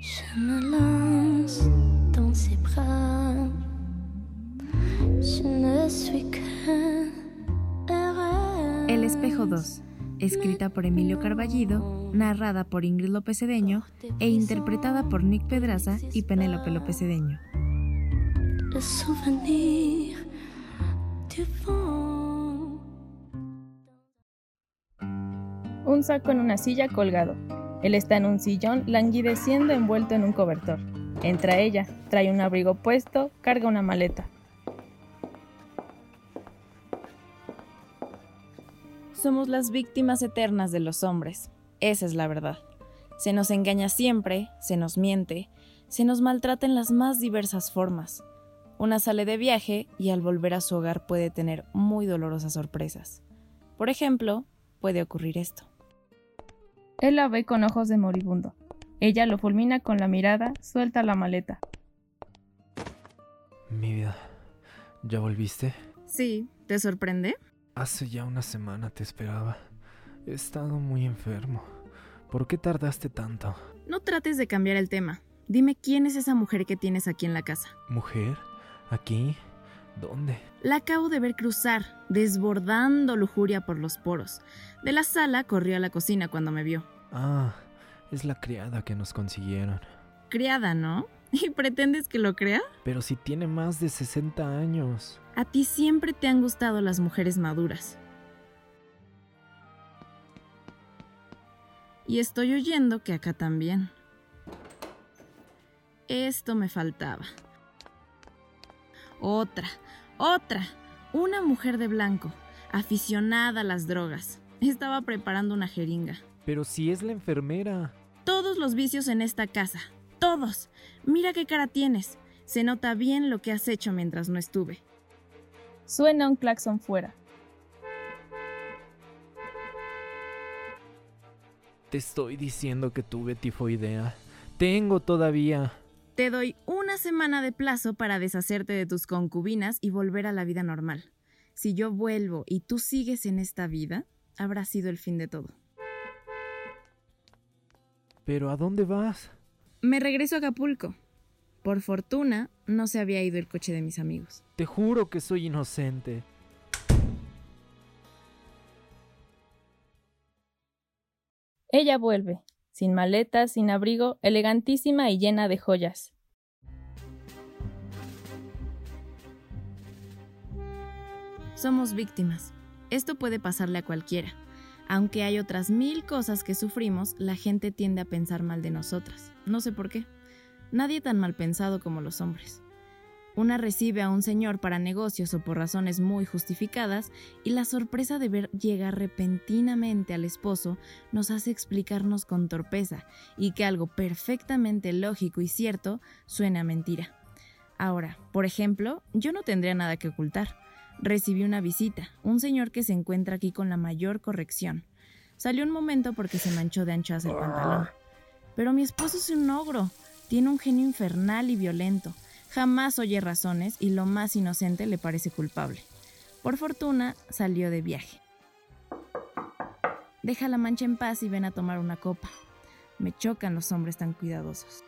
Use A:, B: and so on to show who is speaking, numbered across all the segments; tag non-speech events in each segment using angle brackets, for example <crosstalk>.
A: Je me lance dans ses bras. Je ne suis que
B: El Espejo 2, escrita por Emilio Carballido, narrada por Ingrid López Cedeño e interpretada por Nick Pedraza y Penélope López Cedeño.
A: le souvenir du vent.
C: Un saco en una silla colgado. Él está en un sillón languideciendo envuelto en un cobertor. Entra ella, trae un abrigo puesto, carga una maleta.
D: Somos las víctimas eternas de los hombres. Esa es la verdad. Se nos engaña siempre, se nos miente, se nos maltrata en las más diversas formas. Una sale de viaje y al volver a su hogar puede tener muy dolorosas sorpresas. Por ejemplo, puede ocurrir esto.
C: Él la ve con ojos de moribundo. Ella lo fulmina con la mirada, suelta la maleta.
E: Mi vida, ¿ya volviste?
D: Sí, ¿te sorprende?
E: Hace ya una semana te esperaba. He estado muy enfermo. ¿Por qué tardaste tanto?
D: No trates de cambiar el tema. Dime quién es esa mujer que tienes aquí en la casa.
E: ¿Mujer? ¿Aquí? ¿Dónde?
D: La acabo de ver cruzar, desbordando lujuria por los poros. De la sala corrió a la cocina cuando me vio.
E: Ah, es la criada que nos consiguieron.
D: Criada, ¿no? <laughs> ¿Y pretendes que lo crea?
E: Pero si tiene más de 60 años.
D: A ti siempre te han gustado las mujeres maduras. Y estoy oyendo que acá también. Esto me faltaba. Otra, otra, una mujer de blanco, aficionada a las drogas. Estaba preparando una jeringa.
E: Pero si es la enfermera.
D: Todos los vicios en esta casa, todos. Mira qué cara tienes. Se nota bien lo que has hecho mientras no estuve.
C: Suena un claxon fuera.
E: Te estoy diciendo que tuve tifoidea. Tengo todavía.
D: Te doy una semana de plazo para deshacerte de tus concubinas y volver a la vida normal. Si yo vuelvo y tú sigues en esta vida, habrá sido el fin de todo.
E: Pero ¿a dónde vas?
D: Me regreso a Acapulco. Por fortuna, no se había ido el coche de mis amigos.
E: Te juro que soy inocente.
C: Ella vuelve, sin maleta, sin abrigo, elegantísima y llena de joyas.
D: Somos víctimas. Esto puede pasarle a cualquiera. Aunque hay otras mil cosas que sufrimos, la gente tiende a pensar mal de nosotras. No sé por qué. Nadie tan mal pensado como los hombres. Una recibe a un señor para negocios o por razones muy justificadas y la sorpresa de ver llegar repentinamente al esposo nos hace explicarnos con torpeza y que algo perfectamente lógico y cierto suena a mentira. Ahora, por ejemplo, yo no tendría nada que ocultar. Recibí una visita, un señor que se encuentra aquí con la mayor corrección. Salió un momento porque se manchó de anchas el pantalón. Pero mi esposo es un ogro, tiene un genio infernal y violento. Jamás oye razones y lo más inocente le parece culpable. Por fortuna, salió de viaje. Deja la mancha en paz y ven a tomar una copa. Me chocan los hombres tan cuidadosos.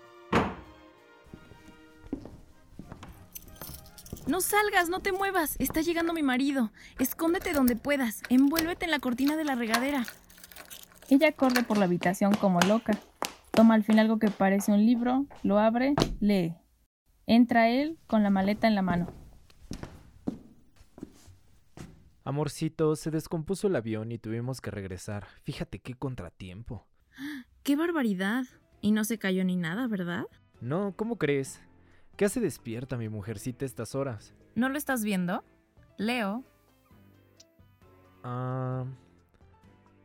D: No salgas, no te muevas. Está llegando mi marido. Escóndete donde puedas. Envuélvete en la cortina de la regadera.
C: Ella corre por la habitación como loca. Toma al fin algo que parece un libro, lo abre, lee. Entra él con la maleta en la mano.
E: Amorcito, se descompuso el avión y tuvimos que regresar. Fíjate qué contratiempo.
D: ¡Qué barbaridad! Y no se cayó ni nada, ¿verdad?
E: No, ¿cómo crees? ¿Qué hace despierta mi mujercita a estas horas?
D: ¿No lo estás viendo? Leo.
E: Ah.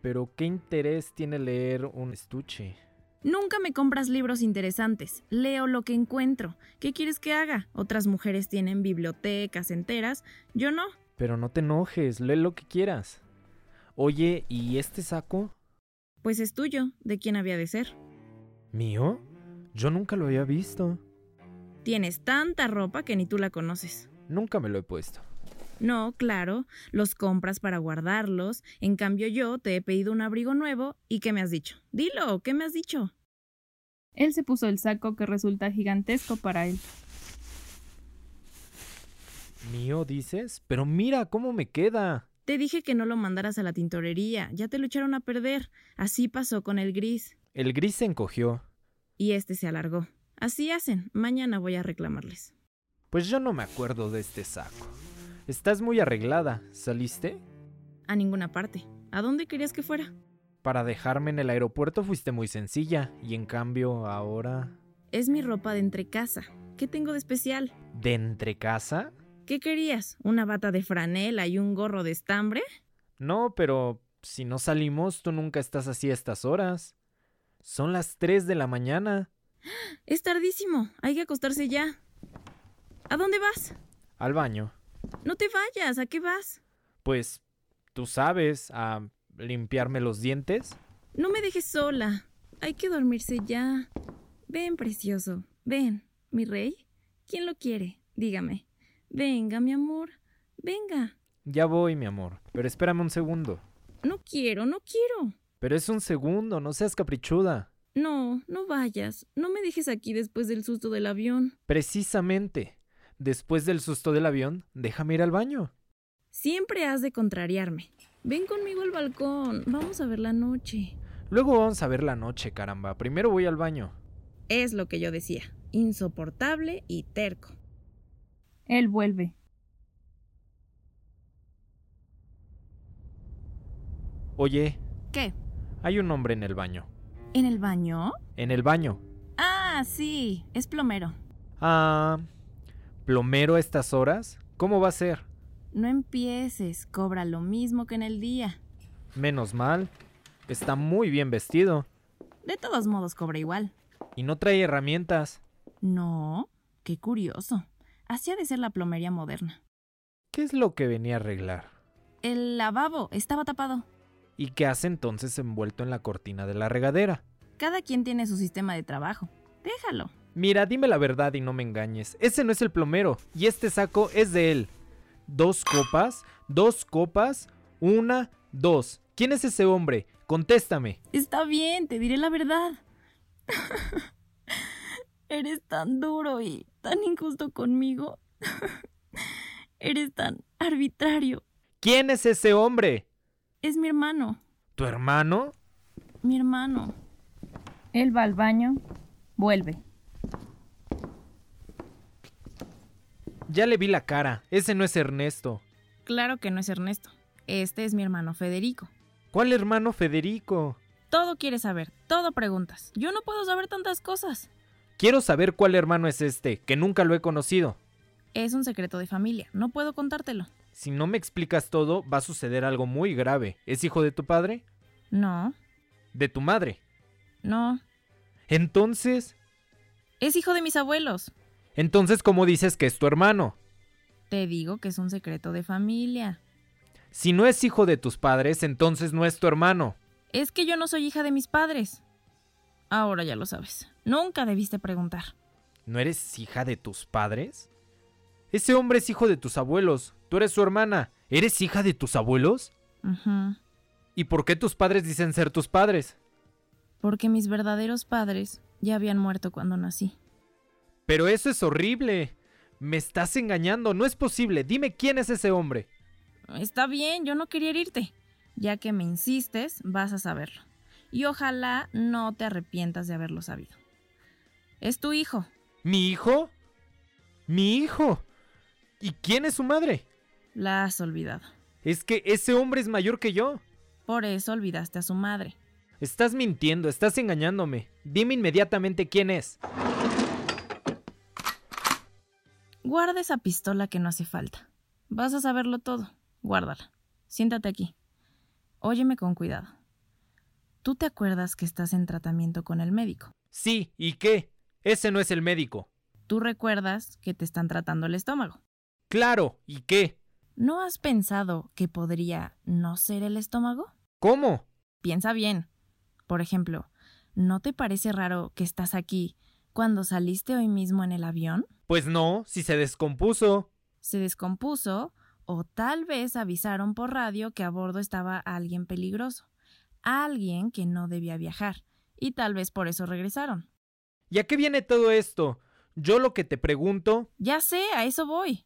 E: Pero ¿qué interés tiene leer un estuche?
D: Nunca me compras libros interesantes. Leo lo que encuentro. ¿Qué quieres que haga? Otras mujeres tienen bibliotecas enteras. Yo no.
E: Pero no te enojes, lee lo que quieras. Oye, ¿y este saco?
D: Pues es tuyo. ¿De quién había de ser?
E: ¿Mío? Yo nunca lo había visto.
D: Tienes tanta ropa que ni tú la conoces.
E: Nunca me lo he puesto.
D: No, claro, los compras para guardarlos. En cambio yo te he pedido un abrigo nuevo y ¿qué me has dicho? Dilo, ¿qué me has dicho?
C: Él se puso el saco que resulta gigantesco para él.
E: ¿Mío dices? Pero mira cómo me queda.
D: Te dije que no lo mandaras a la tintorería, ya te lo echaron a perder. Así pasó con el gris.
E: El gris se encogió.
D: Y este se alargó. Así hacen, mañana voy a reclamarles.
E: Pues yo no me acuerdo de este saco. Estás muy arreglada. ¿Saliste?
D: A ninguna parte. ¿A dónde querías que fuera?
E: Para dejarme en el aeropuerto fuiste muy sencilla, y en cambio ahora...
D: Es mi ropa de entrecasa. ¿Qué tengo de especial?
E: ¿De entrecasa?
D: ¿Qué querías? ¿Una bata de franela y un gorro de estambre?
E: No, pero si no salimos, tú nunca estás así a estas horas. Son las 3 de la mañana.
D: Es tardísimo. Hay que acostarse ya. ¿A dónde vas?
E: Al baño.
D: No te vayas. ¿A qué vas?
E: Pues, tú sabes, a limpiarme los dientes.
D: No me dejes sola. Hay que dormirse ya. Ven, precioso. Ven, mi rey. ¿Quién lo quiere? Dígame. Venga, mi amor. Venga.
E: Ya voy, mi amor. Pero espérame un segundo.
D: No quiero, no quiero.
E: Pero es un segundo, no seas caprichuda.
D: No, no vayas. No me dejes aquí después del susto del avión.
E: Precisamente. Después del susto del avión, déjame ir al baño.
D: Siempre has de contrariarme. Ven conmigo al balcón. Vamos a ver la noche.
E: Luego vamos a ver la noche, caramba. Primero voy al baño.
D: Es lo que yo decía. Insoportable y terco.
C: Él vuelve.
E: Oye,
D: ¿Qué?
E: hay un hombre en el baño.
D: ¿En el baño?
E: En el baño.
D: Ah, sí. Es plomero.
E: Ah, plomero a estas horas. ¿Cómo va a ser?
D: No empieces. Cobra lo mismo que en el día.
E: Menos mal. Está muy bien vestido.
D: De todos modos, cobra igual.
E: Y no trae herramientas.
D: No. Qué curioso. Así ha de ser la plomería moderna.
E: ¿Qué es lo que venía a arreglar?
D: El lavabo estaba tapado.
E: ¿Y qué hace entonces envuelto en la cortina de la regadera?
D: Cada quien tiene su sistema de trabajo. Déjalo.
E: Mira, dime la verdad y no me engañes. Ese no es el plomero. Y este saco es de él. Dos copas, dos copas, una, dos. ¿Quién es ese hombre? Contéstame.
D: Está bien, te diré la verdad. <laughs> Eres tan duro y tan injusto conmigo. <laughs> Eres tan arbitrario.
E: ¿Quién es ese hombre?
D: Es mi hermano,
E: ¿Tu hermano?
D: mi hermano.
C: Él va al baño, vuelve.
E: Ya le vi la cara. Ese no es Ernesto.
D: Claro que no es Ernesto. Este es mi hermano Federico.
E: ¿Cuál hermano Federico?
D: Todo quieres saber, todo preguntas. Yo no puedo saber tantas cosas.
E: Quiero saber cuál hermano es este, que nunca lo he conocido.
D: Es un secreto de familia, no puedo contártelo.
E: Si no me explicas todo, va a suceder algo muy grave. ¿Es hijo de tu padre?
D: No,
E: ¿De tu madre?
D: no.
E: Entonces,
D: Es hijo de mis abuelos.
E: entonces, ¿cómo dices que es tu hermano?
D: Te digo que es un secreto de familia.
E: Si no es hijo de tus padres, entonces no es tu hermano.
D: Es que yo no soy hija de mis padres. Ahora ya lo sabes. Nunca debiste preguntar.
E: ¿No eres hija de tus padres? Ese hombre es hijo de tus abuelos. Tú eres su hermana. ¿Eres hija de tus abuelos?
D: Ujú.
E: ¿Y por qué tus padres dicen ser tus padres?
D: Porque mis verdaderos padres ya habían muerto cuando nací.
E: Pero eso es horrible. Me estás engañando. No es posible. Dime quién es ese hombre.
D: Está bien, yo no quería herirte. Ya que me insistes, vas a saberlo. Y ojalá no te arrepientas de haberlo sabido. Es tu hijo.
E: ¿Mi hijo? ¿Mi hijo? ¿Y quién es su madre?
D: La has olvidado.
E: Es que ese hombre es mayor que yo.
D: Por eso olvidaste a su madre.
E: Estás mintiendo, estás engañándome. Dime inmediatamente quién es.
D: Guarda esa pistola que no hace falta. Vas a saberlo todo. Guárdala. Siéntate aquí. Óyeme con cuidado. Tú te acuerdas que estás en tratamiento con el médico.
E: Sí, ¿y qué? Ese no es el médico.
D: Tú recuerdas que te están tratando el estómago.
E: Claro, ¿y qué?
D: ¿No has pensado que podría no ser el estómago?
E: ¿Cómo?
D: Piensa bien. Por ejemplo, ¿no te parece raro que estás aquí cuando saliste hoy mismo en el avión?
E: Pues no, si se descompuso.
D: Se descompuso o tal vez avisaron por radio que a bordo estaba alguien peligroso, alguien que no debía viajar, y tal vez por eso regresaron.
E: ¿Y a qué viene todo esto? Yo lo que te pregunto...
D: Ya sé, a eso voy.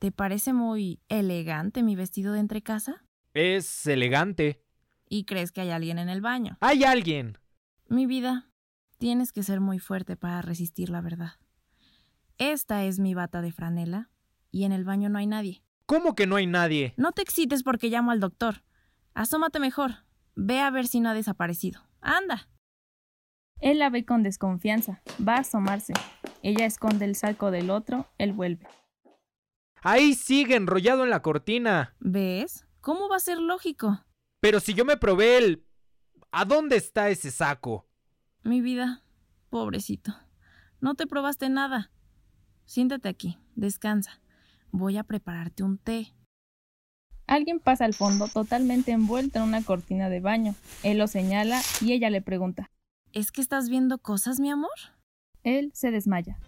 D: ¿Te parece muy elegante mi vestido de entrecasa?
E: Es elegante.
D: ¿Y crees que hay alguien en el baño?
E: Hay alguien.
D: Mi vida, tienes que ser muy fuerte para resistir la verdad. Esta es mi bata de franela y en el baño no hay nadie.
E: ¿Cómo que no hay nadie?
D: No te excites porque llamo al doctor. Asómate mejor. Ve a ver si no ha desaparecido. Anda.
C: Él la ve con desconfianza. Va a asomarse. Ella esconde el saco del otro, él vuelve.
E: Ahí sigue enrollado en la cortina.
D: ¿Ves? ¿Cómo va a ser lógico?
E: Pero si yo me probé el... ¿A dónde está ese saco?
D: Mi vida, pobrecito. No te probaste nada. Siéntate aquí, descansa. Voy a prepararte un té.
C: Alguien pasa al fondo totalmente envuelto en una cortina de baño. Él lo señala y ella le pregunta.
D: ¿Es que estás viendo cosas, mi amor?
C: Él se desmaya.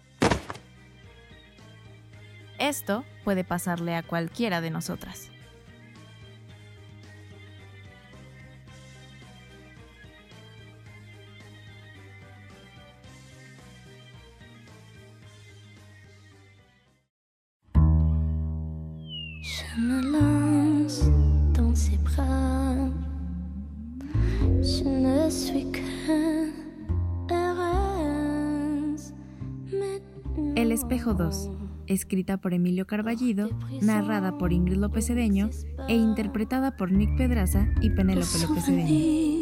D: Esto puede pasarle a cualquiera de nosotras.
A: Je me lance dans ses bras. Je ne suis que heureuse. Mais non.
B: El espejo 2, escrita por Emilio
A: Oh,
B: Carballido, narrada por Ingrid López Cedeño e interpretada por Nick Pedraza y
A: Le Pues,
B: Penélope López Cedeño.
A: souvenir